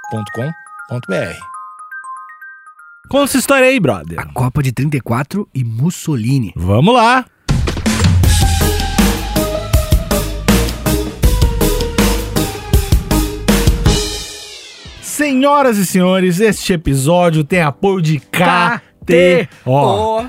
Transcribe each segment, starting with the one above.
agenciadepodcast.com.br. Conta essa história aí, brother. A Copa de 34 e Mussolini. Vamos lá. Senhoras e senhores, este episódio tem apoio de KTO. Ó.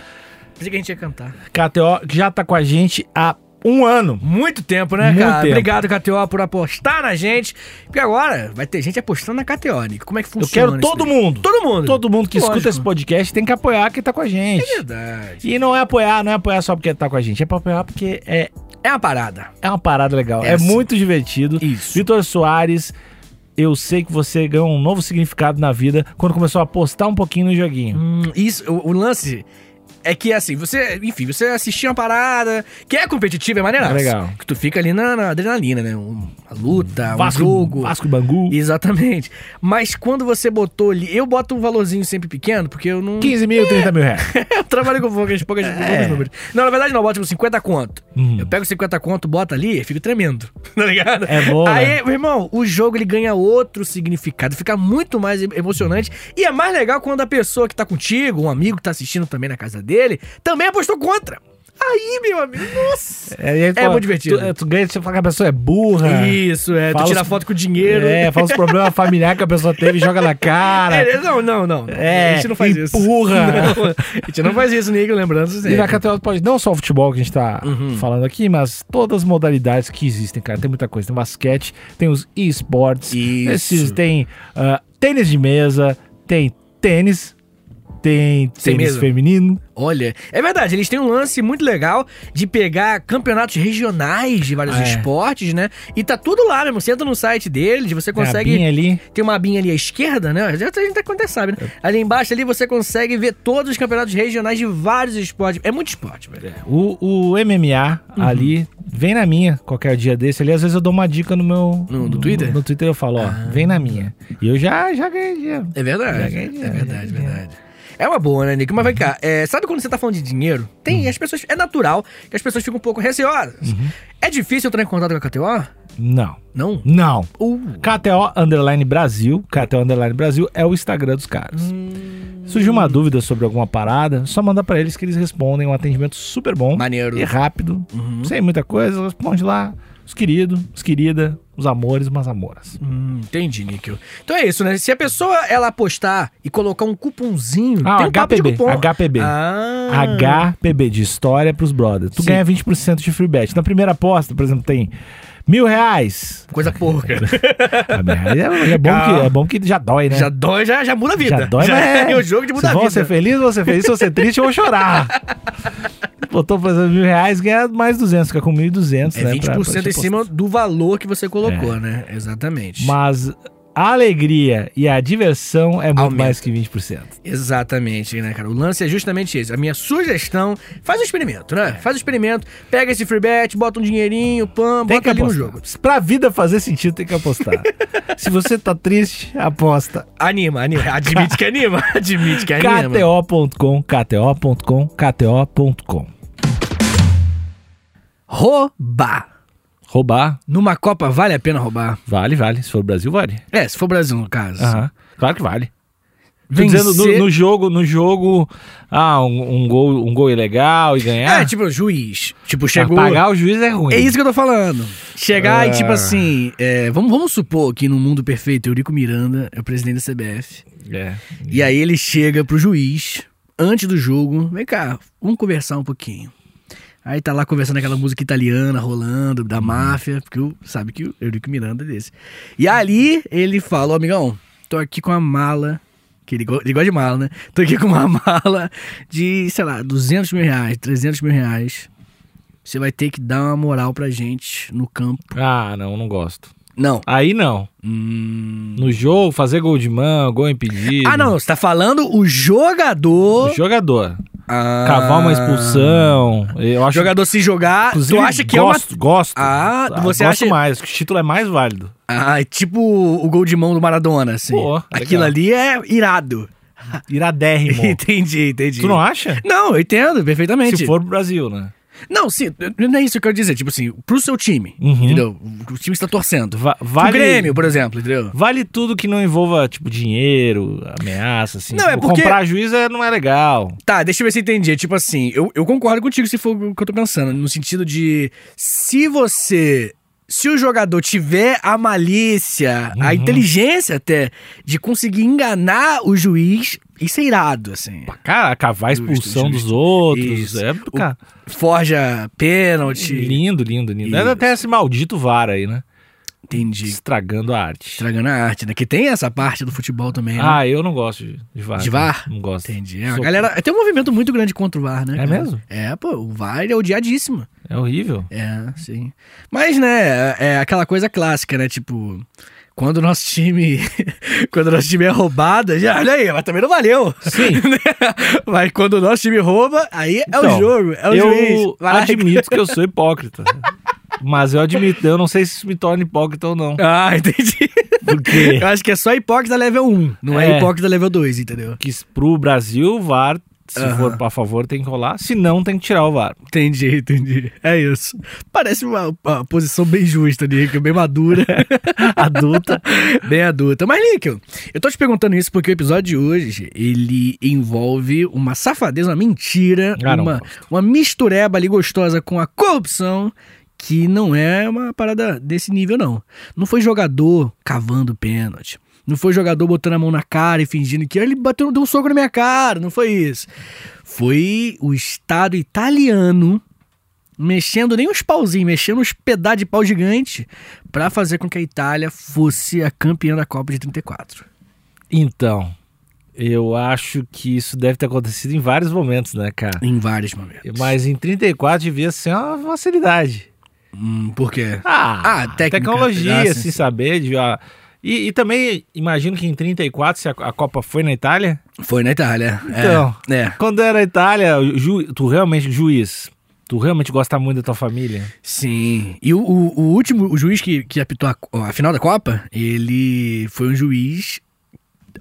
Pensei que a gente ia cantar. KTO que já tá com a gente há um ano. Muito tempo, né, Muito cara? tempo. Obrigado, KTO, por apostar na gente. Porque agora vai ter gente apostando na KTO, Nico. Como é que Eu funciona? quero isso todo daí? mundo. Todo mundo. Todo mundo que Lógico. escuta esse podcast tem que apoiar quem tá com a gente. É verdade. E não é apoiar, não é apoiar só porque tá com a gente, é pra apoiar porque é, É uma parada. é uma parada legal. É, É, sim. muito divertido. Isso. Vitor Soares, eu sei que você ganhou um novo significado na vida quando começou a apostar um pouquinho no joguinho. Hum, isso, o, o lance é que assim, você, enfim, você assistir uma parada que é competitiva, é maneira. Legal. Que tu fica ali na, na adrenalina, né? Um- Uma luta, Vasco, um jogo. Vasco e Bangu. Exatamente. Mas quando você botou ali, eu boto um valorzinho sempre pequeno, porque eu não 15 mil, 30 mil reais. eu trabalho com poucas, poucas, É. poucos números. Não, na verdade não, eu boto tipo 50 conto. Hum. Eu pego 50 conto, boto ali e fico tremendo. Tá ligado? É bom, Aí, né? meu irmão, o jogo ele ganha outro significado, fica muito mais em- emocionante. E é mais legal quando a pessoa que tá contigo, um amigo que tá assistindo também na casa dele, também apostou contra. Aí, meu amigo, nossa! É, e aí tu É muito divertido. Tu, é, tu ganha, você fala que a pessoa é burra. Isso, é, Fala tu tira os- foto com o dinheiro. É, fala os problemas familiares que a pessoa teve e joga na cara. É, não, não, não. não. É, a gente não faz isso. empurra. Não, a gente não faz isso, Nico, lembrando. E na sempre. KTO pode não só o futebol que a gente tá falando aqui, mas todas as modalidades que existem, cara. Tem muita coisa. Tem basquete, tem os esportes, Isso. esses tem ah, tênis de mesa, tem tênis, tem tênis mesa? feminino. Olha, é verdade, eles têm um lance muito legal de pegar campeonatos regionais de vários É. esportes, né? E tá tudo lá mesmo. Você entra no site deles, você Tem a consegue. binha ali. Tem uma abinha ali à esquerda, né? Já a gente tá quando sabe, né? Ali embaixo ali você consegue ver todos os campeonatos regionais de vários esportes. É muito esporte, velho. O, o MMA ali, vem na minha qualquer dia desse ali. Às vezes eu dou uma dica no meu. No- no Twitter? Ah. No Twitter eu falo, ó, vem na minha. E eu já, já ganhei dinheiro. É verdade. É, verdade, é verdade. É uma boa, né, Nico? Mas vai cá, é, sabe quando você tá falando de dinheiro? Tem as pessoas. É natural que as pessoas ficam um pouco receosas. É difícil entrar em contato com a KTO? Não. Não. Não. Uh. KTO Underline Brasil. KTO Underline Brasil é o Instagram dos caras. Surgiu uma dúvida sobre alguma parada, só manda pra eles que eles respondem. Um atendimento super bom Maneiro. e rápido, sem muita coisa. Responde lá, os queridos, os querida, os amores, umas amoras. Hum, entendi, Níquel. Então é isso, né? Se a pessoa ela apostar e colocar um cupomzinho, Ah, tem um papo de HPB, cupom. HPB. Ah, HPB de história pros brothers. Tu Sim. ganha 20% de free bet. Na primeira aposta, por exemplo, tem mil reais. Coisa porca. Ah, mas aí É, é bom que, é bom que já dói, né? já dói, já, já muda a vida. Já dói, já, mas é o jogo de se mudar a vão vida. ser feliz, vão ser feliz. Se você triste, eu vou chorar. Botou, por exemplo, mil reais, ganha mais 200, fica com 1.200, é né? 20% pra- pra te em cima apostar. do valor que você colocou, né? Exatamente. Mas a alegria e a diversão é muito Aumenta. mais que 20%. Exatamente, né, cara? O lance é justamente esse. A minha sugestão, faz um experimento, É. né? Faz um experimento, pega esse free bet, bota um dinheirinho, pam, Tem que bota ali no apostar. jogo. Pra vida fazer sentido, tem que apostar. Se você tá triste, aposta. Anima, anima. Admite que anima. Admite É que anima. KTO.com, KTO.com, KTO.com. Roubar. Roubar, Numa Copa vale a pena roubar? vale, vale. Se for o Brasil, vale. É, se for Brasil no caso. Aham. Claro que vale. Tô Vencer- dizendo no, no jogo, no jogo, ah, um, um gol, um gol ilegal e ganhar. É, tipo, juiz. Tipo, chegou. Ah. Pagar o juiz é ruim. É isso que eu tô falando. Chegar Ah. e, tipo assim, é, vamos, vamos supor que no mundo perfeito, Eurico Miranda é o presidente da CBF. É. E aí ele chega pro juiz, antes do jogo, vem cá, vamos conversar um pouquinho. Aí tá lá conversando aquela música italiana rolando, Uhum. da máfia, porque o- sabe que o Eurico Miranda é desse. E ali ele fala, ó, amigão, tô aqui com a mala, que ele, go- ele gosta de mala, né? Tô aqui com uma mala de, sei lá, 200 mil reais, 300 mil reais. Você vai ter que dar uma moral pra gente no campo. Ah, não, não gosto. Não. Aí não. Hum... No jogo, fazer gol de mão, gol impedido. Ah, não, você tá falando o O jogador... jogador. Ah. Cavar uma expulsão. Eu O acho jogador se jogar, Inclusive, tu acha que é gosto, Gosto. Ah, você gosto acha- mais. acho que O título é mais válido. é uma. Ah, é tipo o gol de mão do Maradona, assim. Pô, legal. Aquilo ali é irado. Iradérrimo. entendi, entendi. tu não acha? Não, eu entendo perfeitamente. Se for pro Brasil, né? Não, sim, não é isso que eu quero dizer. Tipo assim, pro seu time, Uhum. entendeu? O time está torcendo. Va- vale, O Grêmio, por exemplo, entendeu? Vale tudo que não envolva, tipo, dinheiro, ameaça, assim. Não, é Tipo, porque- Comprar juiz é- não é legal. Tá, deixa eu ver se eu entendi. É Tipo assim, eu, eu concordo contigo se for o que eu tô pensando. No sentido de, se você... Se o jogador tiver a malícia, Uhum. a inteligência até, de conseguir enganar o juiz, isso é irado, assim. Cara, cavar a Justo, expulsão justo. dos outros. Isso. É, O- cara, Forja pênalti. lindo, lindo, lindo. Isso. Ainda tem esse maldito VAR aí, né? Entendi. Estragando a arte. Estragando a arte, né? Que tem essa parte do futebol também, né? Ah, eu não gosto de, de VAR. De cara. VAR? Não gosto. Entendi. É, a Sou- galera, tem um movimento muito grande contra o VAR, né? É cara? mesmo? É, pô, o VAR ele é odiadíssimo. É horrível. É, sim. Mas, né, é aquela coisa clássica, né? Tipo, quando o nosso time. quando o nosso time é roubado, já, olha aí, mas também não valeu. Né? Sim. mas quando o nosso time rouba, aí é o Então, jogo, é o eu juiz. Vai lá e- admito que eu sou hipócrita. Mas eu admito, eu não sei se isso me torna hipócrita ou não. Ah, entendi. Porque Eu acho que é só hipócrita level 1, não é, É. hipócrita level 2, entendeu? que pro Brasil, o VAR, se Aham. for a favor, tem que rolar. Se não, tem que tirar o VAR. Entendi, entendi. É isso. Parece uma, uma posição bem justa, Níquel, bem madura. adulta. Bem adulta. Mas, Níquel, eu tô te perguntando isso porque o episódio de hoje, ele envolve uma safadeza, uma mentira, Ah, não uma, gosto. uma mistureba ali gostosa com a corrupção, que não é uma parada desse nível, não. Não foi jogador cavando pênalti. Não foi jogador botando a mão na cara e fingindo que "Ah, ele bateu, deu um soco na minha cara. Não foi isso. Foi o Estado italiano mexendo nem os pauzinhos, mexendo uns pedaços de pau gigante pra fazer com que a Itália fosse a campeã da Copa de 34. Então, eu acho que isso deve ter acontecido em vários momentos, né, cara? Em vários momentos. Mas em 34 devia ser uma facilidade. Hum, por quê? Ah, Ah, técnica. tecnologia, Ah, sim, se sim. saber. De, ah, e, e também, imagino que em 34, se a, a Copa foi na Itália, Foi na Itália. Então. É. é. Quando era Itália, o ju- tu realmente, juiz, tu realmente gosta muito da tua família? Sim. E o, o- o último, o juiz que, que apitou a, a final da Copa, ele foi um juiz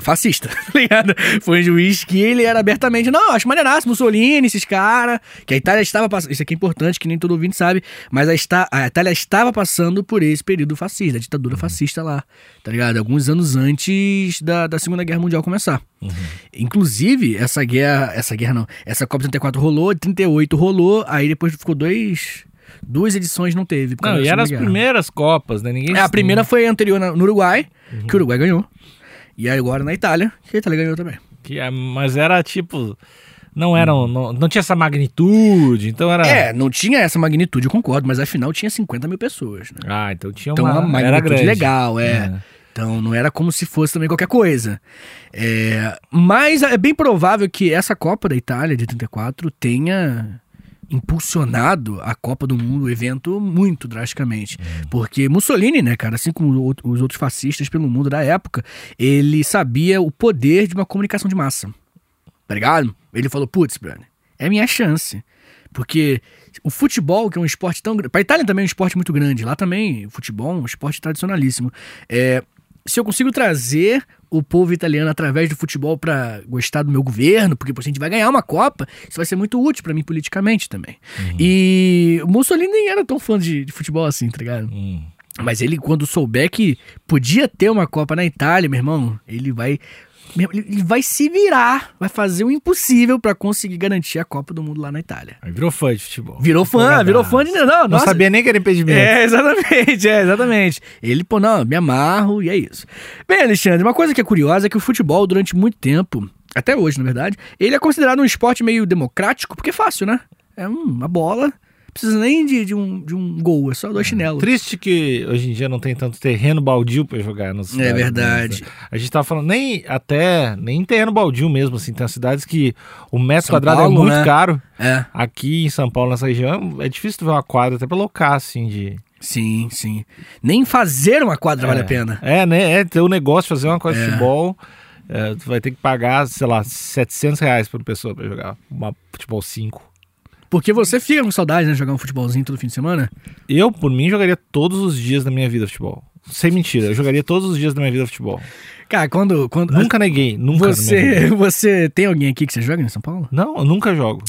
fascista, tá ligado? Foi um juiz que ele era abertamente, não, acho maneiraço, Mussolini, esses caras, que a Itália estava passando, isso aqui é importante, que nem todo ouvinte sabe, mas a, esta- a Itália estava passando por esse período fascista, a ditadura Uhum. fascista lá, tá ligado? Alguns anos antes da, da Segunda Guerra Mundial começar. Uhum. Inclusive, essa guerra, essa guerra não, essa Copa 34 rolou, 38 rolou, aí depois ficou dois, duas edições não teve. por causa Não, da e eram Segunda as Guerra. primeiras Copas, né? Ninguém É, a primeira foi anterior na- no Uruguai, que o Uruguai ganhou. E aí agora na Itália, que a Itália ganhou também. Que, é, mas era tipo. Não eram. Não, não tinha essa magnitude, então era. É, não tinha essa magnitude, eu concordo, mas afinal tinha 50 mil pessoas, né? Ah, então tinha Então uma. uma era magnitude grande. legal, é. É. Então não era como se fosse também qualquer coisa. É, mas é bem provável que essa Copa da Itália de 34 tenha impulsionado a Copa do Mundo, o evento, muito drasticamente. Hum. Porque Mussolini, né, cara, assim como o- os outros fascistas pelo mundo da época, ele sabia o poder de uma comunicação de massa. Tá ligado? Ele falou, putz, brother, é minha chance. Porque o futebol, que é um esporte tão grande. Pra Itália também é um esporte muito grande. Lá também, o futebol é um esporte tradicionalíssimo. É, se eu consigo trazer o povo italiano através do futebol pra gostar do meu governo, porque pô, se a gente vai ganhar uma Copa, isso vai ser muito útil pra mim politicamente também. E o Mussolini nem era tão fã de, de futebol assim, tá ligado? Hum. Mas ele, quando souber que podia ter uma Copa na Itália, meu irmão, ele vai. meu irmão, Ele vai se virar, vai fazer o impossível pra conseguir garantir a Copa do Mundo lá na Itália. Aí virou fã de futebol. Virou fã, Empolgadaço. virou fã de. Não, Não nossa. sabia nem que era impedimento. É, exatamente, é, exatamente. Ele, pô, não, me amarro e é isso. Bem, Alexandre, uma coisa que é curiosa é que o futebol, durante muito tempo, até hoje, na verdade, ele é considerado um esporte meio democrático, porque é fácil, né? É uma bola, não precisa nem de, de um, de um gol, é só dois chinelos. Triste que hoje em dia não tem tanto terreno baldio pra jogar nos né? É verdade. A gente tava falando, nem até, nem terreno baldio mesmo, assim. Tem cidades que o metro São quadrado Paulo, é muito né? caro. É, Aqui em São Paulo, nessa região, é difícil tu ver uma quadra até pra locar, assim, de... sim, sim. Nem fazer uma quadra vale a pena. É, né? É ter um negócio, fazer uma coisa de futebol, é, tu vai ter que pagar, sei lá, 700 reais por pessoa pra jogar uma futebol 5. Porque você fica com saudade, né? de Jogar um futebolzinho todo fim de semana. Eu, por mim, jogaria todos os dias da minha vida futebol. Sem mentira, eu jogaria todos os dias da minha vida futebol. Cara, quando. quando Nunca neguei, nunca. na minha vida. Você, você tem alguém aqui que você joga em São Paulo? Não, eu nunca jogo.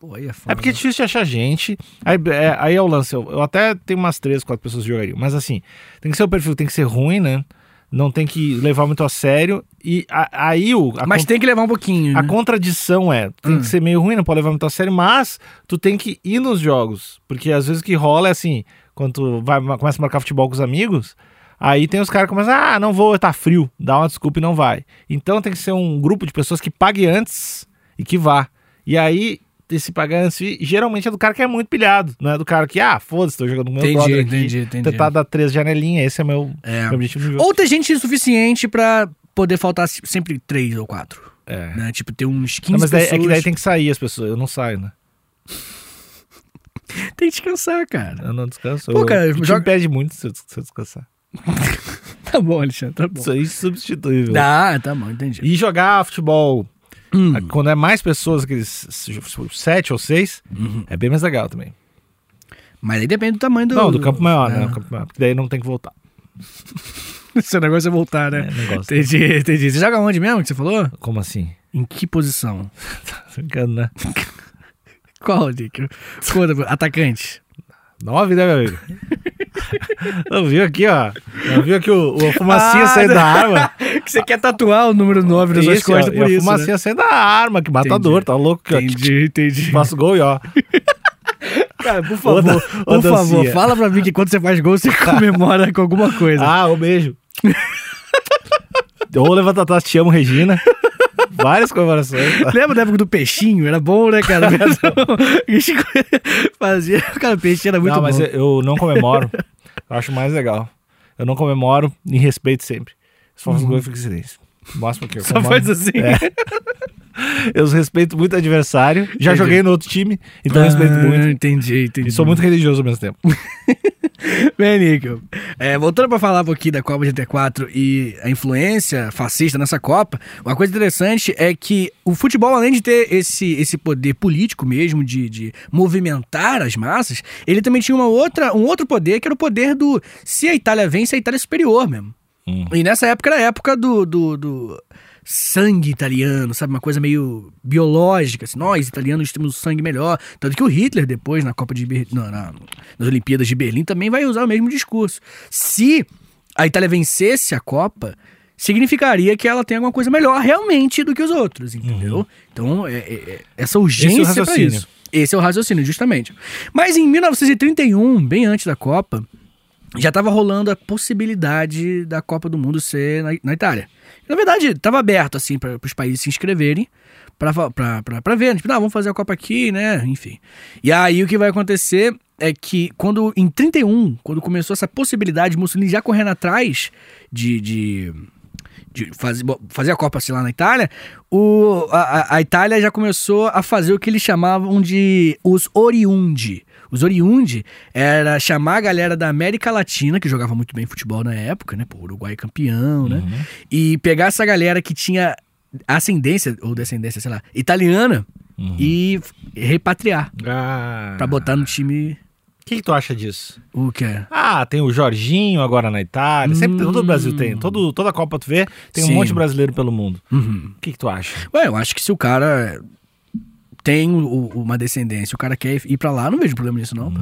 Pô, aí é foda. É porque é difícil de achar gente. Aí é, aí é o lance. Eu, eu até tenho umas três, quatro pessoas que jogariam. Mas assim, tem que ser o perfil, tem que ser ruim, né? Não tem que levar muito a sério. E a- aí o. A Mas con- tem que levar um pouquinho. a né? Hum. contradição é, tem que ser meio ruim, não pode levar muito a sério, mas tu tem que ir nos jogos. Porque às vezes o que rola é assim, quando tu vai, começa a marcar futebol com os amigos, aí tem os caras que começam, ah, não vou, tá frio, dá uma desculpa e não vai. Então tem que ser um grupo de pessoas que pague antes e que vá. E aí, esse pagar antes geralmente é do cara que é muito pilhado, não é do cara que, ah, foda-se, tô jogando com meu Entendi, brother aqui. entendi, entendi. Tentar dar três janelinhas, esse é meu, É. meu objetivo do jogo. Ou ter gente suficiente pra poder faltar se- sempre três ou quatro. É. Né? Tipo, ter uns 15 Não, mas daí- pessoas. é que daí tem que sair as pessoas, eu não saio, né? Tem que descansar, cara. Eu não descanso. Pô, eu, cara, o time joga- perde muito se eu, des- se eu descansar. Tá bom, Alexandre, tá bom. Isso aí é insubstituível. Dá, Hum. tá bom, entendi. E jogar futebol, quando é mais pessoas, aqueles s- s- sete ou seis, é bem mais legal também. Uhum. Mas aí depende do tamanho do. não, do campo maior, né? É. O campo maior, porque daí não tem que voltar. Seu negócio é voltar, né? É, não gosto. Entendi, entendi. Você joga onde mesmo que você falou? Como assim? Em que posição? Tá brincando, né? Qual, Dick? Conta, atacante. Nove, né, meu amigo? não viu aqui, ó. Não viu aqui o, o fumacinha Ah, saindo não. da arma? Que você quer tatuar o número 9 nas suas Esse, ó, costas e por a isso. fumacinha Né? saindo da arma, que matador, tá louco? Que, ó, Entendi, entendi. Faço gol e ó. Cara, por Ô, favor, dan- ô, por favor, dancinha. fala pra mim que quando você faz gol, você comemora com alguma coisa. Ah, um beijo. Ou levanta a taça, te amo, Regina. Várias comemorações. tá? Lembra da época do peixinho? Ah. Era bom, né, cara? A gente Fazia. Cara, peixinho era muito não, mas bom. eu- eu não comemoro. Eu acho mais legal. Eu não comemoro e respeito sempre. Só faço gol e fico em silêncio. Mostra porque eu Uhum. Só comemoro. faz assim. Eu respeito muito o adversário. Já Entendi. joguei no outro time, então eu respeito Ah, muito. Entendi, entendi. E sou muito religioso ao mesmo tempo. Bem, Nico, é, voltando pra falar um pouquinho da Copa de 84 e a influência fascista nessa Copa, uma coisa interessante é que o futebol, além de ter esse, esse poder político mesmo, de, de movimentar as massas, ele também tinha uma outra, um outro poder, que era o poder do se a Itália vence, a Itália é superior mesmo. E nessa época era a época do, do, do sangue italiano, sabe? Uma coisa meio biológica. Assim, nós, italianos, temos sangue melhor. Tanto que o Hitler, depois, na Copa de Berlim. Na, nas Olimpíadas de Berlim, também vai usar o mesmo discurso. Se a Itália vencesse a Copa, significaria que ela tem alguma coisa melhor realmente do que os outros, entendeu? Então, é- é- é- essa urgência pra raciocínio. isso. Esse é o raciocínio, justamente. Mas em 1931, bem antes da Copa, já estava rolando a possibilidade da Copa do Mundo ser na, na Itália. Na verdade, estava aberto, assim, para os países se inscreverem para ver. Tipo, ah, vamos fazer a Copa aqui, né? Enfim. E aí o que vai acontecer é que quando, em 31, quando começou essa possibilidade, Mussolini já correndo atrás de- de de fazer, bo- fazer a Copa assim, lá na Itália, o, a, a- a Itália já começou a fazer o que eles chamavam de os oriundi. Os oriundi era chamar a galera da América Latina, que jogava muito bem futebol na época, né? Pô, Uruguai campeão, né? E pegar essa galera que tinha ascendência, ou descendência, sei lá, italiana, e f- repatriar. Ah. Pra botar no time O que, que tu acha disso? o que é? Ah, tem o Jorginho agora na Itália. Sempre todo o Brasil tem. Todo, toda a Copa tu vê, tem Hum. Sim. um monte de brasileiro pelo mundo. Uhum. O que, que tu acha? Ué, eu acho que se o cara tem o- uma descendência, o cara quer ir pra lá, não vejo problema nisso, não. pô.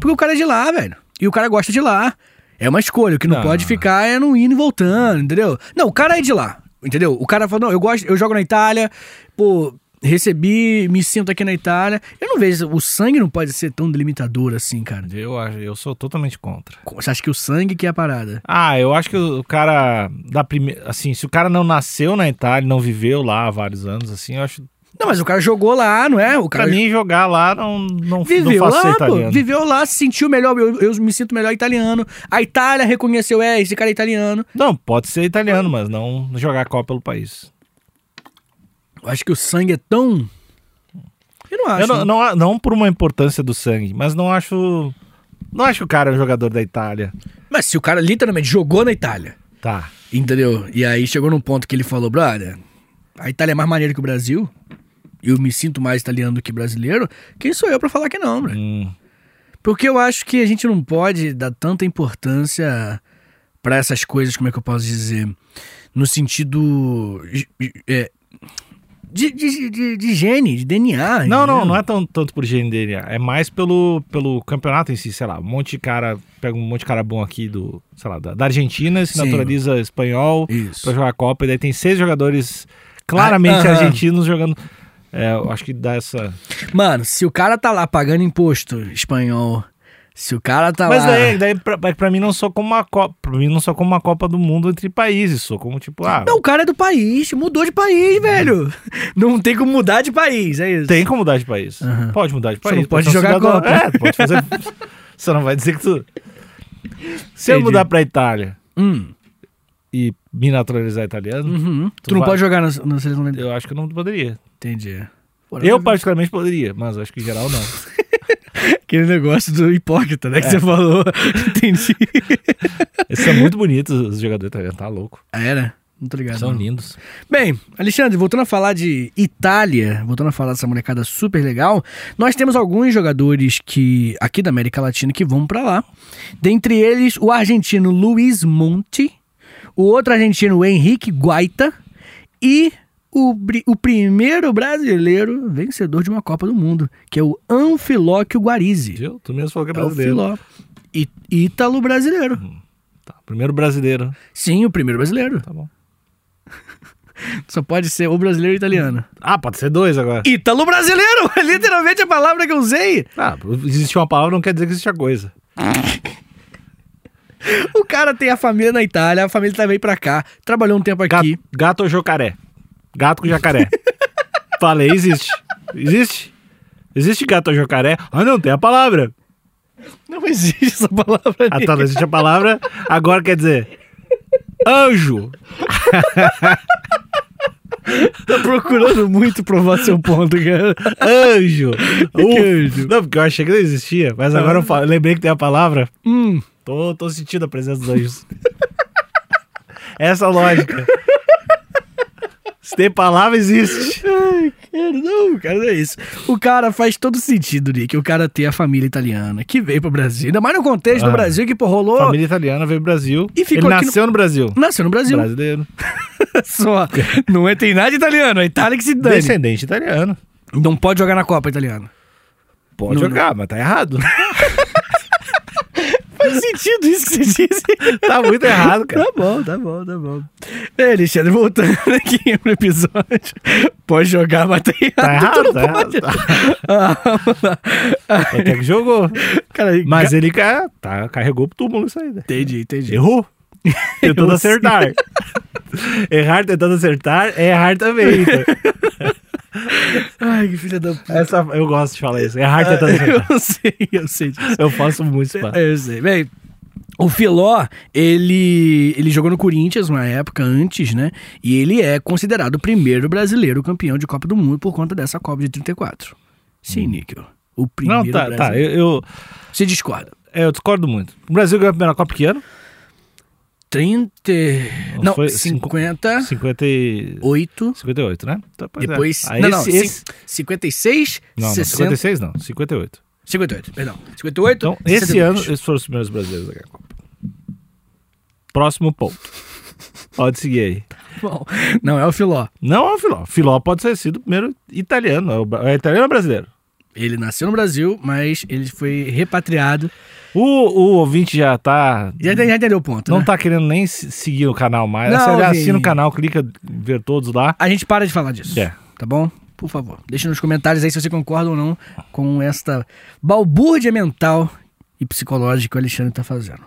Porque o cara é de lá, velho. E o cara gosta de lá. É uma escolha. O que não, Não. pode ficar é não indo e voltando, entendeu? Não, o cara é de lá. Entendeu? O cara fala, não, eu gosto, eu jogo na Itália, pô, recebi, me sinto aqui na Itália. Eu não vejo, o sangue não pode ser tão delimitador assim, cara. Eu, acho- eu sou totalmente contra. Você acha que o sangue que é a parada? Ah, eu acho que o cara da primeira, assim, se o cara não nasceu na Itália, não viveu lá há vários anos, assim, eu acho Não, mas o cara jogou lá, não é? O pra cara mim jogar lá não não, Viveu não faço ser lá, pô. italiano. Viveu lá, se sentiu melhor. Eu, eu me sinto melhor italiano. A Itália reconheceu, é, esse cara é italiano. Não, pode ser italiano, mas não jogar a Copa pelo país. Eu acho que o sangue é tão. Eu não acho. eu não, né? não, não por uma importância do sangue, mas não acho não acho que o cara é um jogador da Itália. Mas se o cara literalmente jogou na Itália, Tá. entendeu? E aí chegou num ponto que ele falou, brother, a Itália é mais maneira que o Brasil. Eu me sinto mais italiano do que brasileiro. Quem sou eu pra falar que não, brother? Hum, Porque eu acho que a gente não pode dar tanta importância pra essas coisas, como é que eu posso dizer? No sentido. é, De, de, de, de gene, de DNA. Não, não, entendeu? não é tão, tanto por gene dele. É mais pelo, pelo campeonato em si, sei lá. Um monte de cara, pega um monte de cara bom aqui do, sei lá, da, da Argentina, se Sim. naturaliza espanhol pra Isso. jogar a Copa. E daí tem seis jogadores claramente Ah, aham. argentinos jogando. É, eu acho que dá essa. Mano, se o cara tá lá pagando imposto espanhol, se o cara tá Mas é, lá. daí, daí pra, pra mim não só como uma Copa. Pra mim não só como uma Copa do Mundo entre países, só como tipo, ah. Não, o cara é do país, mudou de país, velho. Não tem como mudar de país, é isso. Tem como mudar de país. Aham. Pode mudar de Você país. não pode ser um jogar cidadão. Copa. É, pode fazer. Você não vai dizer que tu. Se eu Entendi. mudar pra Itália Hum. e me naturalizar italiano, Uhum. Tu Tu, não vai- pode jogar na, na seleção da eu acho que eu não poderia. Entendi. é. Fora Eu, da- particularmente, poderia, mas acho que em geral não. Aquele negócio do hipócrita, né? Que você falou. Entendi. Eles são muito bonitos, os jogadores italianos, tá louco. Ah, era? Não tô ligado. São não. lindos. Bem, Alexandre, voltando a falar de Itália, voltando a falar dessa molecada super legal, nós temos alguns jogadores que aqui da América Latina que vão pra lá. Dentre eles, o argentino Luiz Monte, o outro argentino Henrique Guaita e o, bri- o primeiro brasileiro vencedor de uma Copa do Mundo, que é o Anfilóquio Guarizi. Viu? Tu mesmo falou que é É o brasileiro. Filó. Í- Ítalo brasileiro. Tá, primeiro brasileiro. Sim, o primeiro brasileiro. Tá bom. Só pode ser o brasileiro italiano. Ah, pode ser dois agora. Ítalo brasileiro! é Literalmente a palavra que eu usei. Ah, existe uma palavra, não quer dizer que existe a coisa. O cara tem a família na Itália, a família tá veio pra cá, trabalhou um tempo Gato, aqui. gato ou jacaré? Gato com jacaré. Falei, existe. Existe? Existe gato ou jacaré? Ah, não, tem a palavra. Não existe essa palavra Ah, ali. tá, não existe a palavra. Agora quer dizer. Anjo. Tá procurando muito provar seu ponto, cara. Anjo. Uf. anjo? Não, porque eu achei que não existia, mas agora eu fa- lembrei que tem a palavra. Hum, Tô, tô sentindo a presença dos anjos. Essa lógica. Se tem palavra, existe. cara, não, cara, não é isso. O cara faz todo sentido, Nick, o cara ter a família italiana que veio pro Brasil. Ainda mais no contexto do Ah. Brasil que, pô, rolou. Família italiana veio pro Brasil. E ficou Ele aqui no- nasceu no Brasil. Nasceu no Brasil. Brasileiro. Só. Não é, tem nada de italiano, é Itália que se dane. Descendente italiano. Não pode jogar na Copa italiana. Pode Não, jogar, mas tá errado. Faz sentido isso que você disse. tá muito errado, cara. Tá bom, tá bom, tá bom. É, Alexandre, voltando aqui pro episódio. Pode jogar, mas tá errado. Tá errado, tu não tá errado. pode. Tá. Ah, Até É que jogou. cara, Mas ga- ele ca- tá, carregou pro túmulo isso aí, né? Entendi, entendi. Errou. Tentando Errou, acertar. Errar tentando acertar é errar também. então. Ai, que filha da... puta. Essa, eu gosto de falar isso. Errar tentando acertar. eu sei, eu sei disso. Eu faço muito isso. pá. Eu sei. Bem, o Filó, ele, ele jogou no Corinthians uma época antes, né? E ele é considerado o primeiro brasileiro campeão de Copa do Mundo por conta dessa Copa de 34. Sim, Níquel. O primeiro Hum. Não, tá, tá. brasileiro. Eu, eu, Você discorda. é, eu discordo muito. O Brasil ganhou a primeira Copa que ano? 30. Não, Não, foi cinco- 50. 50 e... 8. 58, né? Então, pois é. Depois. Aí não, não. esse- cin- esse- 56. Não, não, 60, 56 não, 58. 58, perdão. 58. Então, esse 62. ano, esses foram os primeiros brasileiros da ganhar a Copa. Próximo ponto. Pode seguir aí. Bom, não é o Filó. Não é o Filó. Filó pode ter sido o primeiro italiano. É, o bra- é italiano ou brasileiro? Ele nasceu no Brasil, mas ele foi repatriado. O, o ouvinte já tá. Já, já entendeu o ponto. Não né? tá querendo nem se- seguir o canal mais. Não, Você já ouvinte. assina o canal, clica ver todos lá. A gente para de falar disso. tá- É. Tá bom? Por favor, deixa nos comentários aí se você concorda ou não com esta balbúrdia mental e psicológica que o Alexandre tá fazendo.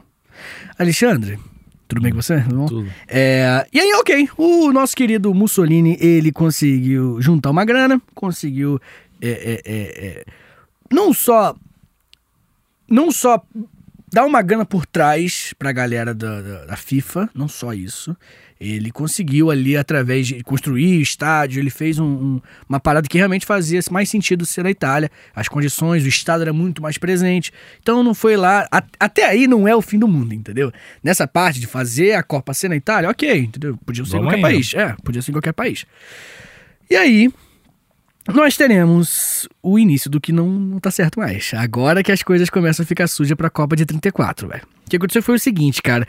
Alexandre, tudo bem com você? Tudo bom? Tudo. É, e aí, ok, o nosso querido Mussolini, ele conseguiu juntar uma grana, conseguiu é, é, é, é, não só não só dar uma grana por trás pra galera da, da, da FIFA, não só isso, ele conseguiu ali através de construir estádio, ele fez um- um- uma parada que realmente fazia mais sentido ser a Itália, as condições, o estado era muito mais presente, então não foi lá, a- até aí não é o fim do mundo, entendeu? Nessa parte de fazer a Copa ser na Itália, ok, entendeu? Podia ser em Vamos qualquer aí, país, é, podia ser em qualquer país. E aí, nós teremos o início do que não, não tá certo mais. Agora que as coisas começam a ficar sujas pra Copa de 34, velho. O que aconteceu foi o seguinte, cara.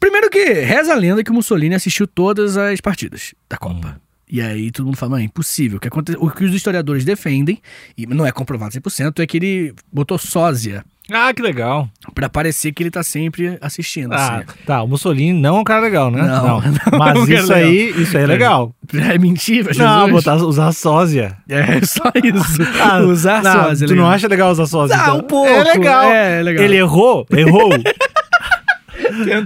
Primeiro que reza a lenda que o Mussolini assistiu todas as partidas da Copa. E aí todo mundo fala, "Não, é impossível. O que, aconte... o que os historiadores defendem, e não é comprovado 100%, é que ele botou sósia Ah, que legal. pra parecer que ele tá sempre assistindo. Ah, assim. tá. O Mussolini não é um cara legal, né? Não, não é um Mas cara isso aí, isso aí é legal. É mentira, Jesus. Não, botar, usar sósia. É só isso. Ah, Usar não, sósia. é Tu não legal. acha legal usar sósia? Ah, então? um pouco. É legal. é É, é legal. Ele errou? Errou.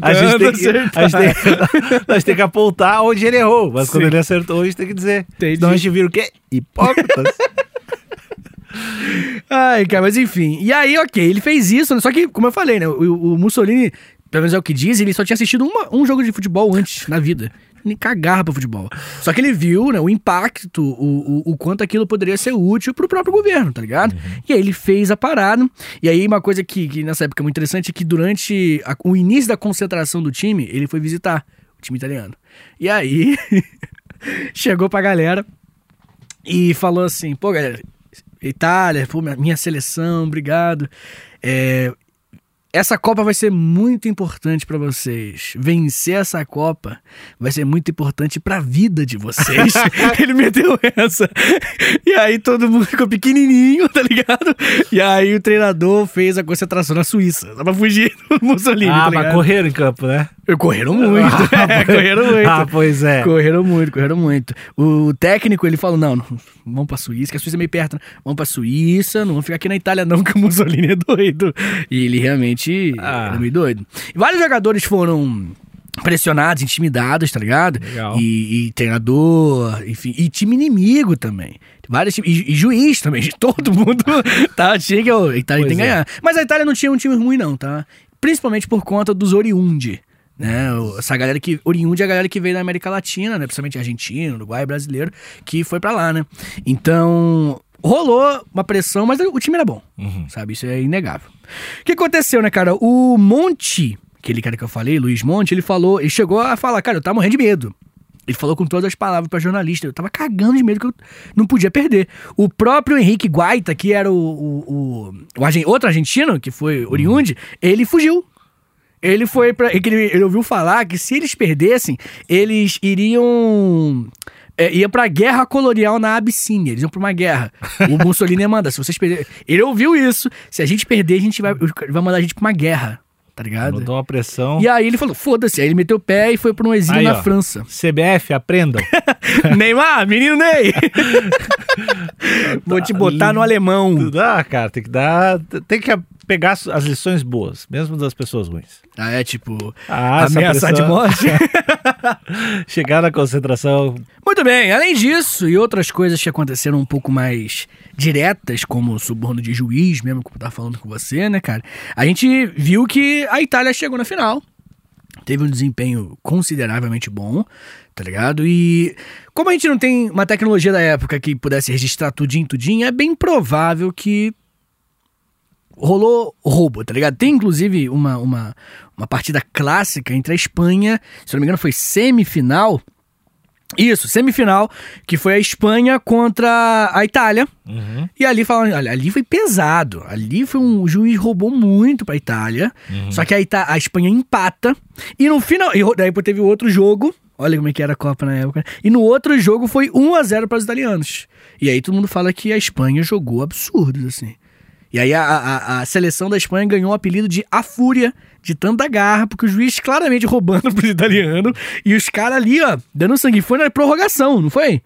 a, gente tem que, acertar. a, gente tem, a gente tem que apontar onde ele errou. Mas quando Sim. ele acertou, a gente tem que dizer. Entendi. Senão a gente vira o quê? Hipócritas. Ai, cara, mas enfim. E aí, ok, ele fez isso, né? só que, como eu falei, né? O, o Mussolini, pelo menos é o que diz, ele só tinha assistido uma- um jogo de futebol antes na vida. Ele cagava pra futebol. Só que ele viu, né, o impacto, o, o, o quanto aquilo poderia ser útil pro próprio governo, tá ligado? E aí ele fez a parada. E aí, uma coisa que, que nessa época é muito interessante é que durante a- o início da concentração do time, ele foi visitar o time italiano. E aí, chegou pra galera e falou assim: pô, galera, Itália, pô, minha, minha seleção, obrigado. É, essa Copa vai ser muito importante pra vocês. Vencer essa Copa vai ser muito importante pra vida de vocês. Ele meteu essa. E aí todo mundo ficou pequenininho, tá ligado? E aí o treinador fez a concentração na Suíça, só pra fugir do Mussolini, ah, tá mas ligado? correram em campo, né? Correram muito, é, correram muito. Ah, pois é. Correram muito, correram muito. O técnico, ele falou, não, não, vamos pra Suíça, que a Suíça é meio perto, né? Vamos pra Suíça, não vamos ficar aqui na Itália não, que o Mussolini é doido. E ele realmente Ah. era meio doido. Vários jogadores foram pressionados, intimidados, tá ligado? Legal. E, e treinador, enfim, e time inimigo também. Vários times- e, e juiz também, todo mundo tá, tinha que, ó, a Itália Pois tem que é. ganhar. Mas a Itália não tinha um time ruim, não, tá? Principalmente por conta dos oriundi. Né? O- Essa galera que. Oriundi é a galera que veio da América Latina, né? Principalmente argentino, uruguai, brasileiro, que foi pra lá, né? Então. Rolou uma pressão, mas o time era bom. Uhum. Sabe? Isso é inegável. O que aconteceu, né, cara? O Monte, aquele cara que eu falei, Luiz Monte, ele falou. Ele chegou a falar, cara, eu tava morrendo de medo. Ele falou com todas as palavras pra jornalista. Eu tava cagando de medo que eu não podia perder. O próprio Henrique Guaita, que era o, o, o- o argen- outro argentino, que foi oriundi, ele fugiu. Ele foi pra. é que Ele, ele ouviu falar que se eles perdessem, eles iriam. É, ia pra guerra colonial na Abissínia. Eles iam pra uma guerra. O Mussolini manda, se vocês perderem. Ele ouviu isso. Se a gente perder, a gente vai, vai mandar a gente pra uma guerra. Tá ligado? Botou uma pressão. E aí ele falou: foda-se. Aí ele meteu o pé e foi pra um exílio Aí, na ó. França. CBF, aprendam. Neymar, menino Ney! Vou te botar no alemão. Dá, Ah, cara, tem que dar. Tem que pegar as as lições boas, mesmo das pessoas ruins. Ah, é tipo. Ah, essa ameaçar de pressão- morte? Chegar na concentração. Muito bem, além disso e outras coisas que aconteceram um pouco mais diretas, como o suborno de juiz, mesmo que eu tava falando com você, né, cara? A gente viu que a Itália chegou na final. Teve um desempenho consideravelmente bom, tá ligado? E como a gente não tem uma tecnologia da época que pudesse registrar tudinho, tudinho, é bem provável que rolou roubo, tá ligado? Tem inclusive uma, uma, uma partida clássica entre a Espanha, se eu não me engano, foi semifinal. Isso, semifinal, que foi a Espanha contra a Itália. Uhum. E ali falam, olha, ali foi pesado. Ali foi um o juiz roubou muito pra Itália. Só que a, Ita- a Espanha empata. E no final. E ro- daí teve outro jogo. Olha como é que era a Copa na época. E no outro jogo foi 1 a 0 para os italianos. E aí todo mundo fala que a Espanha jogou absurdos, assim. E aí a, a- a seleção da Espanha ganhou o apelido de A Fúria, de tanta garra, porque o juiz claramente roubando pros italianos. E os caras ali, ó, dando sangue. Foi na prorrogação, não foi?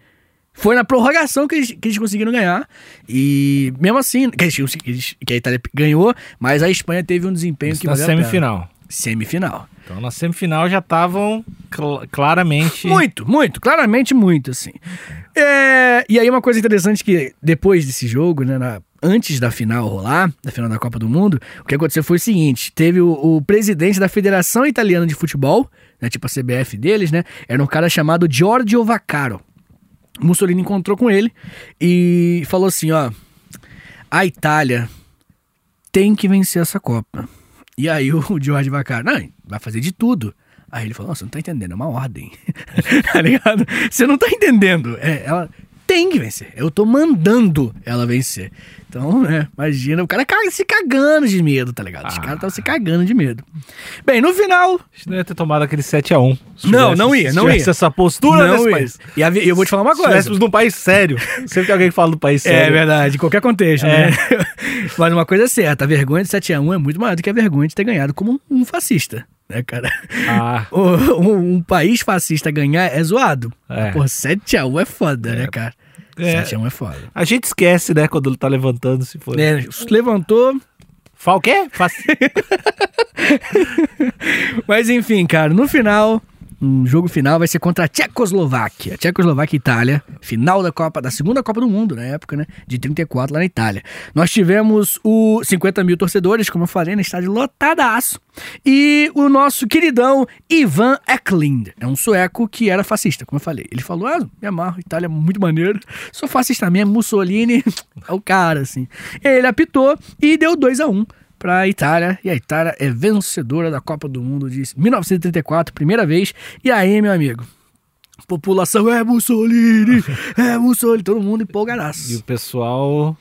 Foi na prorrogação que eles, que eles conseguiram ganhar. E mesmo assim, que, eles, que eles- que a Itália ganhou, mas a Espanha teve um desempenho que na valeu a pena. semifinal. Semifinal. Então na semifinal já estavam cl- claramente. Muito, muito, claramente muito, assim. É, e aí uma coisa interessante que depois desse jogo, né, na- antes da final rolar, da final da Copa do Mundo, o que aconteceu foi o seguinte, teve o, o presidente da Federação Italiana de Futebol, né, tipo a CBF deles, né, era um cara chamado Giorgio Vaccaro. Mussolini encontrou com ele e falou assim, ó, a Itália tem que vencer essa Copa. E aí o George Vaccaro, não, vai fazer de tudo. Aí ele falou, "Não, você não tá entendendo, é uma ordem. tá ligado? Você não tá entendendo. É, ela tem que vencer. Eu tô mandando ela vencer. Então, né, imagina, o cara ca- se cagando de medo, tá ligado? Os caras estavam se cagando de medo. Bem, no final, A gente não ia ter tomado aquele 7x1. se Não, tivesse- não ia, se não tivesse ia. essa postura não nesse ia. país. E havia- eu vou te falar uma Se coisa. estivéssemos num país sério, sempre que alguém fala do país sério. É verdade, em qualquer contexto, É. né? Mas uma coisa é certa, a vergonha de 7x1 é muito maior do que a vergonha de ter ganhado como um fascista, né, cara? Ah, O- Um, um país fascista ganhar é zoado. É. Pô, 7x1 é foda, né, cara? É. 7x1 é foda. a gente esquece, né, quando ele tá levantando, se for. Né, levantou, Fala o quê? Faz- Mas enfim, cara, no final, um jogo final vai ser contra a Tchecoslováquia. Tchecoslováquia e Itália, final da Copa, da segunda Copa do Mundo na época, né? De 34 lá na Itália. Nós tivemos o 50 mil torcedores, como eu falei, no estádio lotadaço. E o nosso queridão Ivan Eklind, é um sueco que era fascista, como eu falei. Ele falou: ah, me amarro, Itália é muito maneiro, sou fascista mesmo, Mussolini é o cara, assim. Ele apitou e deu 2 a 1 um para a Itália. E a Itália é vencedora da Copa do Mundo de 1934, primeira vez. E aí, meu amigo? População é Mussolini, é Mussolini, todo mundo E o empolgadaço. pessoal.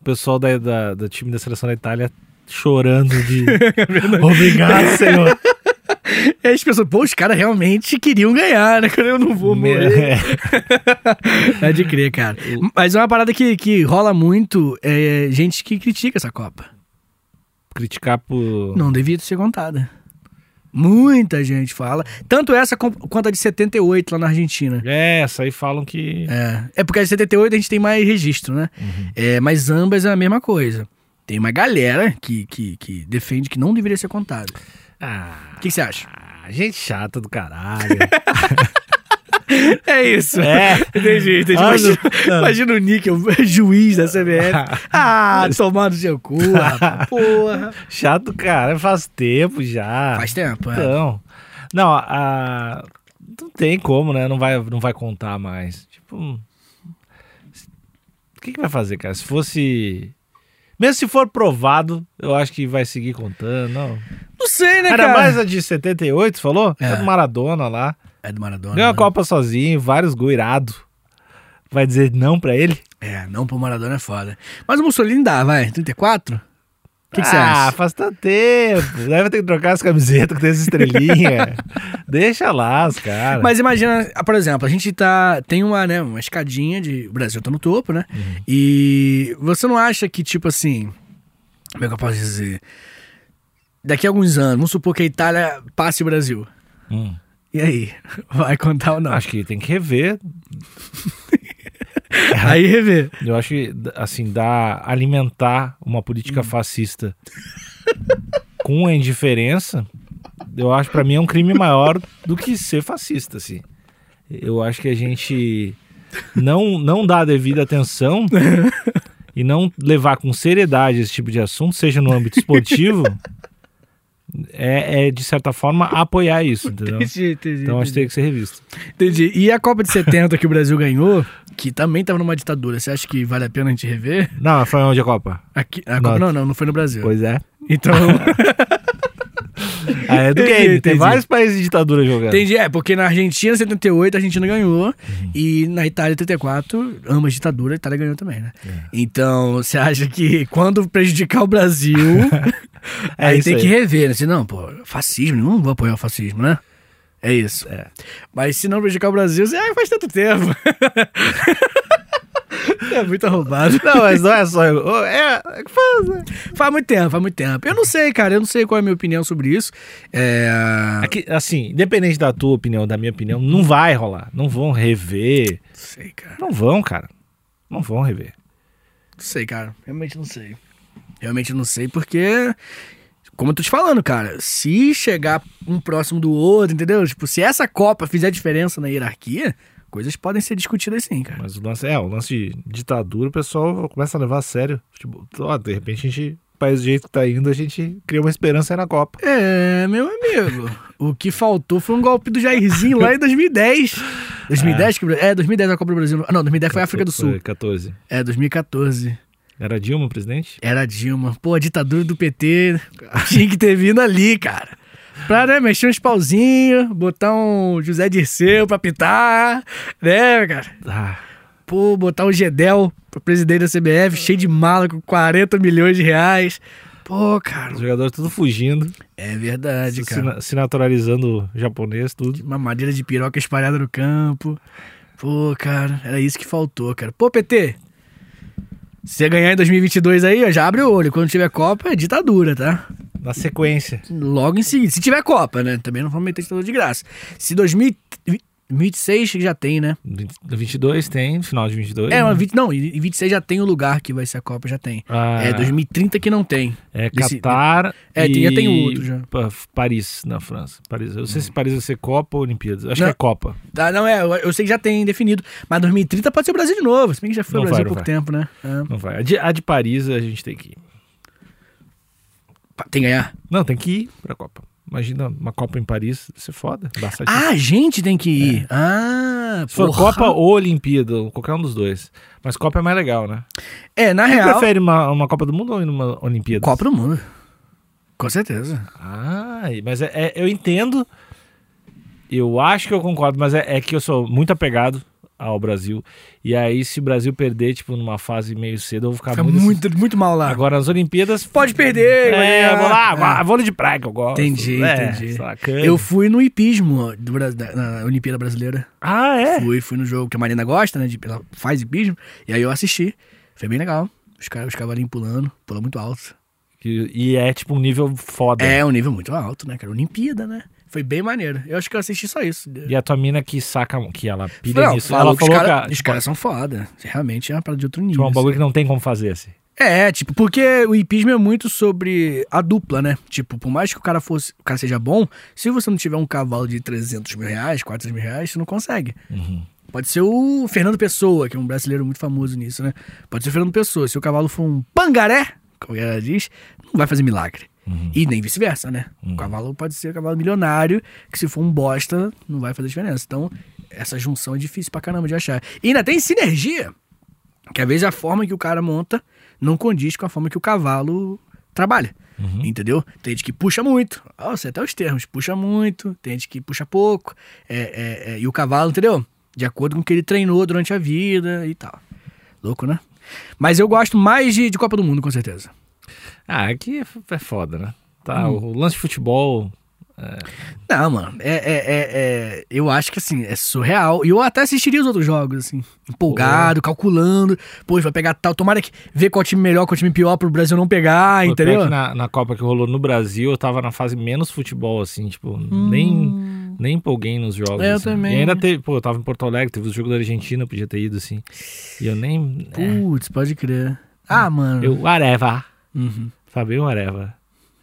O pessoal da, da- do time da seleção da Itália chorando de. Obrigado, senhor. E aí as pessoas, pô, os caras realmente queriam ganhar, né? Eu não vou morrer. É. É de crer, cara. Mas é uma parada que, que rola muito, é gente que critica essa Copa. Criticar por. Não devia ser contada. Muita gente fala. Tanto essa com- quanto a de 78 lá na Argentina. É, essa aí falam que. É, é porque a de 78 a gente tem mais registro, né? Uhum. É, mas ambas é a mesma coisa. Tem uma galera que, que, que defende que não deveria ser contado. Ah, O que que você acha? gente chata do caralho. É isso. é. Entendi, entendi. Ah, imagina, não. imagina o Nick, o juiz da CBF. Ah, tomado seu cu, rapaz. Porra. Chato do caralho, faz tempo já. Faz tempo, é. Então. Não, a, não tem como, né? Não vai, não vai contar mais. Tipo. hum, O que, que vai fazer, cara? Se fosse. Mesmo se for provado, eu acho que vai seguir contando. Não. Não sei, né, Ainda cara? mais a de 78, você falou? É. É. do Maradona lá. É do Maradona. Ganhou a né? Copa sozinho, vários gols irado. Vai dizer não pra ele? É, não pro Maradona é foda. Mas o Mussolini dá, vai. 34? O que, que você ah, acha? faz tanto tempo. Deve ter que trocar as camisetas que tem as estrelinhas. Deixa lá os caras. Mas imagina, ah, por exemplo, a gente tá. Tem uma, né, uma escadinha de. O Brasil tá no topo, né? Uhum. E você não acha que, tipo assim. Como é que eu posso dizer? Daqui a alguns anos, vamos supor que a Itália passe o Brasil. Hum. E aí? Vai contar ou não? Acho que tem que rever. Aí é rever. Eu acho que, d- assim, dá alimentar uma política Hum. fascista com a indiferença, eu acho pra mim é um crime maior do que ser fascista, assim. Eu acho que a gente não, não dá a devida atenção e não levar com seriedade esse tipo de assunto, seja no âmbito esportivo, é, é, de certa forma, apoiar isso, entendeu? Entendi, entendi. Então acho que tem que ser revisto. entendi. E a Copa de 70 que o Brasil ganhou, que também tava numa ditadura, você acha que vale a pena a gente rever? Não, foi onde a Copa? Aqui, a Copa, Nossa. não, não, não foi no Brasil. Pois é. Então. Ah, é do game. Tem Entendi. vários países de ditadura jogando. Entendi, é, porque na Argentina, 78, a Argentina ganhou. E na Itália, 84, ambas ditadura, a Itália ganhou também, né? Então, você acha que quando prejudicar o Brasil, É aí isso tem aí. que rever, né? Se não, pô, fascismo, não vou apoiar o fascismo, né? É isso. Mas se não prejudicar o Brasil, você, ah, faz tanto tempo. é muito roubado. Não, mas não é só. eu- É, é que faz, né? Faz muito tempo, faz muito tempo. Eu não sei, cara, eu não sei qual é a minha opinião sobre isso. É... Aqui, assim, independente da tua opinião, da minha opinião, não vai rolar. Não vão rever. Não sei, cara. Não vão, cara. Não vão rever. Não sei, cara. Realmente não sei. Realmente não sei, porque. Como eu tô te falando, cara, se chegar um próximo do outro, entendeu? Tipo, se essa Copa fizer diferença na hierarquia, coisas podem ser discutidas sim, cara. Mas o lance é, o lance de ditadura, o pessoal começa a levar a sério. Tipo, ó, de repente a gente, o país do jeito que tá indo, a gente cria uma esperança aí na Copa. É, meu amigo. o que faltou foi um golpe do Jairzinho lá em 2010. 2010 que o Bra- É, 2010 a Copa do Brasil. Ah, não, 2010 foi a África do Sul. Foi 14. É, 2014. Era Dilma, o presidente? Era Dilma. Pô, a ditadura do PT tinha que ter vindo ali, cara. Pra né, mexer uns pauzinhos, botar um José Dirceu pra pitar, né, cara? Ah, Pô, botar o Gedel pra presidente da CBF, cheio de mala, com 40 milhões de reais. Pô, cara. Os jogadores tudo fugindo, É verdade, se, cara. na- se naturalizando japonês, tudo. Uma madeira de piroca espalhada no campo. Pô, cara, era isso que faltou, cara. Pô, PT, se você ganhar em 2022 aí, ó, já abre o olho. Quando tiver Copa, é ditadura, tá? Na sequência. Logo em seguida. Se tiver Copa, né? Também não vamos meter ditadura de graça. Se 2026 já tem, né? 20 22 tem, final de 22. É, né? mas 20, não, em 26 já tem o lugar que vai ser a Copa, já tem. Ah, É 2030 que não tem. é desse- Qatar É, e tem- já tem outro já. Hum. Pa- Paris, na França. Paris. Eu não sei se Paris vai ser Copa ou Olimpíadas. Acho Não. que é Copa. Ah, não, é, eu, eu sei que já tem definido. Mas 2030 pode ser o Brasil de novo. Se bem que já foi Não o vai, Brasil há não pouco tempo, né? Ah, Não vai. A de, a de Paris a gente tem que ir. pá, tem que ganhar. Não, tem que ir pra Copa. Imagina uma Copa em Paris, isso é foda. Bastante. Ah, a gente tem que ir. Ah, É. se for porra. Copa ou Olimpíada, ou qualquer um dos dois. Mas Copa é mais legal, né? É, na Você real. prefere uma, uma Copa do Mundo ou uma Olimpíada? Copa do Mundo. Com certeza. Ah, mas é, é- eu entendo. Eu acho que eu concordo, mas é, é que eu sou muito apegado ao Brasil. E aí, se o Brasil perder, tipo, numa fase meio cedo, eu vou ficar Tá Fica muito. assim. muito, muito mal lá. Agora, as Olimpíadas. Pode perder, É, ganhar. vou lá, É. vou- vou no de praia que eu gosto. Entendi, É, entendi. sacana. Eu fui no hipismo ó, do, Bra- da- na Olimpíada Brasileira. Ah, é? Fui, fui no jogo que a Marina gosta, né? de- ela faz hipismo. E aí eu assisti. Foi bem legal. Os, ca- os cavalinhos pulando, pula muito alto. Que- E é, tipo, um nível foda. É um nível muito alto, né, cara? Olimpíada, né? Foi bem maneiro. Eu acho que eu assisti só isso. E a tua mina que saca, que ela pilha Não, nisso. falou ela que os falou que. cara- a- os caras são foda. Realmente é uma parada de outro nível. Tipo, é um assim. bagulho que não tem como fazer, assim. É, tipo, porque o hipismo é muito sobre a dupla, né? Tipo, por mais que o cara fosse, o cara seja bom, se você não tiver um cavalo de 300 mil reais, 400 mil reais, você não consegue. Pode ser o Fernando Pessoa, que é um brasileiro muito famoso nisso, né? Pode ser o Fernando Pessoa. Se o cavalo for um pangaré, como ela diz, não vai fazer milagre. E nem vice-versa, né? O cavalo pode ser um cavalo milionário, que se for um bosta, não vai fazer diferença. Então, essa junção é difícil pra caramba de achar. E ainda tem sinergia. Que às vezes a forma que o cara monta não condiz com a forma que o cavalo trabalha. Entendeu? Tem gente que puxa muito. Ó, sei até os termos. Puxa muito, tem gente que puxa pouco. É, é, é, e o cavalo, entendeu? De acordo com o que ele treinou durante a vida e tal. Louco, né? Mas eu gosto mais de, de Copa do Mundo, com certeza. Ah, aqui é f- é foda, né? Tá, o lance de futebol. Não, mano. É, é, é, é- eu acho que assim, é surreal. E eu até assistiria os outros jogos, assim, empolgado, calculando. Pô, vai pegar tal. Tomara que vê qual time melhor, qual time pior pro Brasil não pegar, Pô, pior entendeu? que Na, na Copa que rolou no Brasil, eu tava na fase menos futebol, assim, tipo, nem, nem empolguei nos jogos. Eu assim. também. E ainda teve, pô, eu tava em Porto Alegre, teve o jogo da Argentina, eu podia ter ido, assim. E eu nem. é, Putz, pode crer. Ah, mano. eu, Areva. Uhum. Sabe, eu Areva.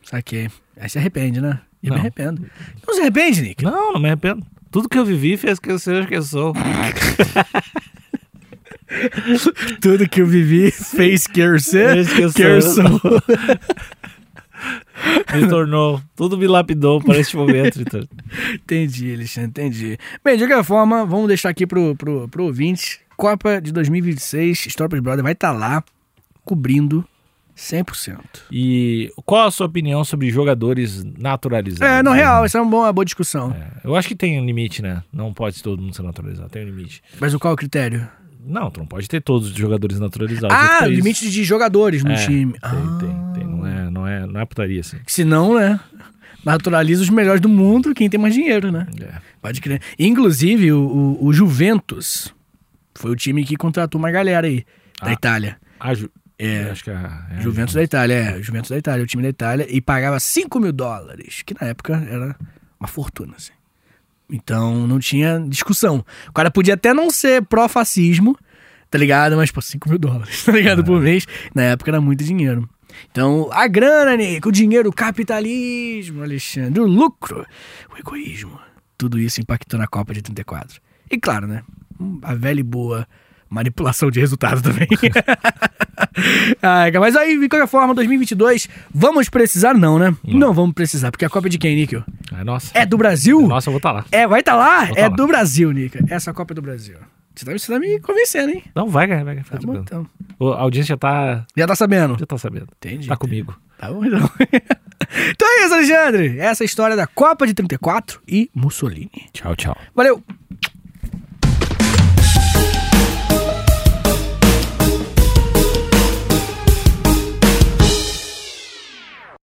Saquei. Aí se arrepende, né? Eu me Não. arrependo. Não se arrepende, Nick? Não, não me arrependo. Tudo que eu vivi fez que eu seja que eu sou. Tudo que eu vivi fez que eu ser. Desde que eu Que eu sou. sou. Me tornou. Tudo me lapidou para este momento, Vitor. Entendi, Alexandre, entendi. Bem, de qualquer forma, vamos deixar aqui pro, pro, pro ouvinte. Copa de 2026, História Pros Brother vai estar lá cobrindo 100%. E qual a sua opinião sobre jogadores naturalizados? É, não, real, isso é uma boa, uma boa discussão. É, Eu acho que tem um limite, né? Não pode todo mundo ser naturalizado. Tem um limite. Mas o qual é o critério? Não, tu não pode ter todos os jogadores naturalizados. Ah, Tem isso. limite de jogadores no É, time. Tem, Ah, tem, tem. Não é, não é, não é putaria, assim. Se não, né? Naturaliza os melhores do mundo, quem tem mais dinheiro, né? É. Pode crer. Inclusive, o, o- o Juventus foi o time que contratou uma galera aí, da Ah. Itália. Ah, Ju- É, acho que é, é Juventus da Itália, é. Juventus da Itália, o time da Itália, e pagava 5 mil dólares, que na época era uma fortuna, assim. Então, não tinha discussão. O cara podia até não ser pró-fascismo, tá ligado? Mas, pô, 5 mil dólares, tá ligado? Por mês, na época era muito dinheiro. Então, a grana, Nico, o dinheiro, o capitalismo, Alexandre, o lucro, o egoísmo. Tudo isso impactou na Copa de 34. E claro, né? A velha e boa manipulação de resultado também. Ai, cara, mas aí, de qualquer forma, 2022, vamos precisar não, né? Não vamos precisar, porque a Copa é de quem, Níquel? É nossa. É do Brasil? Nossa, eu vou estar lá. É, vai estar lá? Vou tá é lá. do Brasil, Nica. Essa Copa é do Brasil. Você tá, você tá me convencendo, hein? Não, vai ganhar, vai ganhar. Tá bom, então. O- A audiência já tá, Já tá sabendo. já tá sabendo. Entendi. Tá comigo. Tá bom, então. então é isso, Alexandre. Essa é a história da Copa de 34 e Mussolini. Tchau, tchau. Valeu!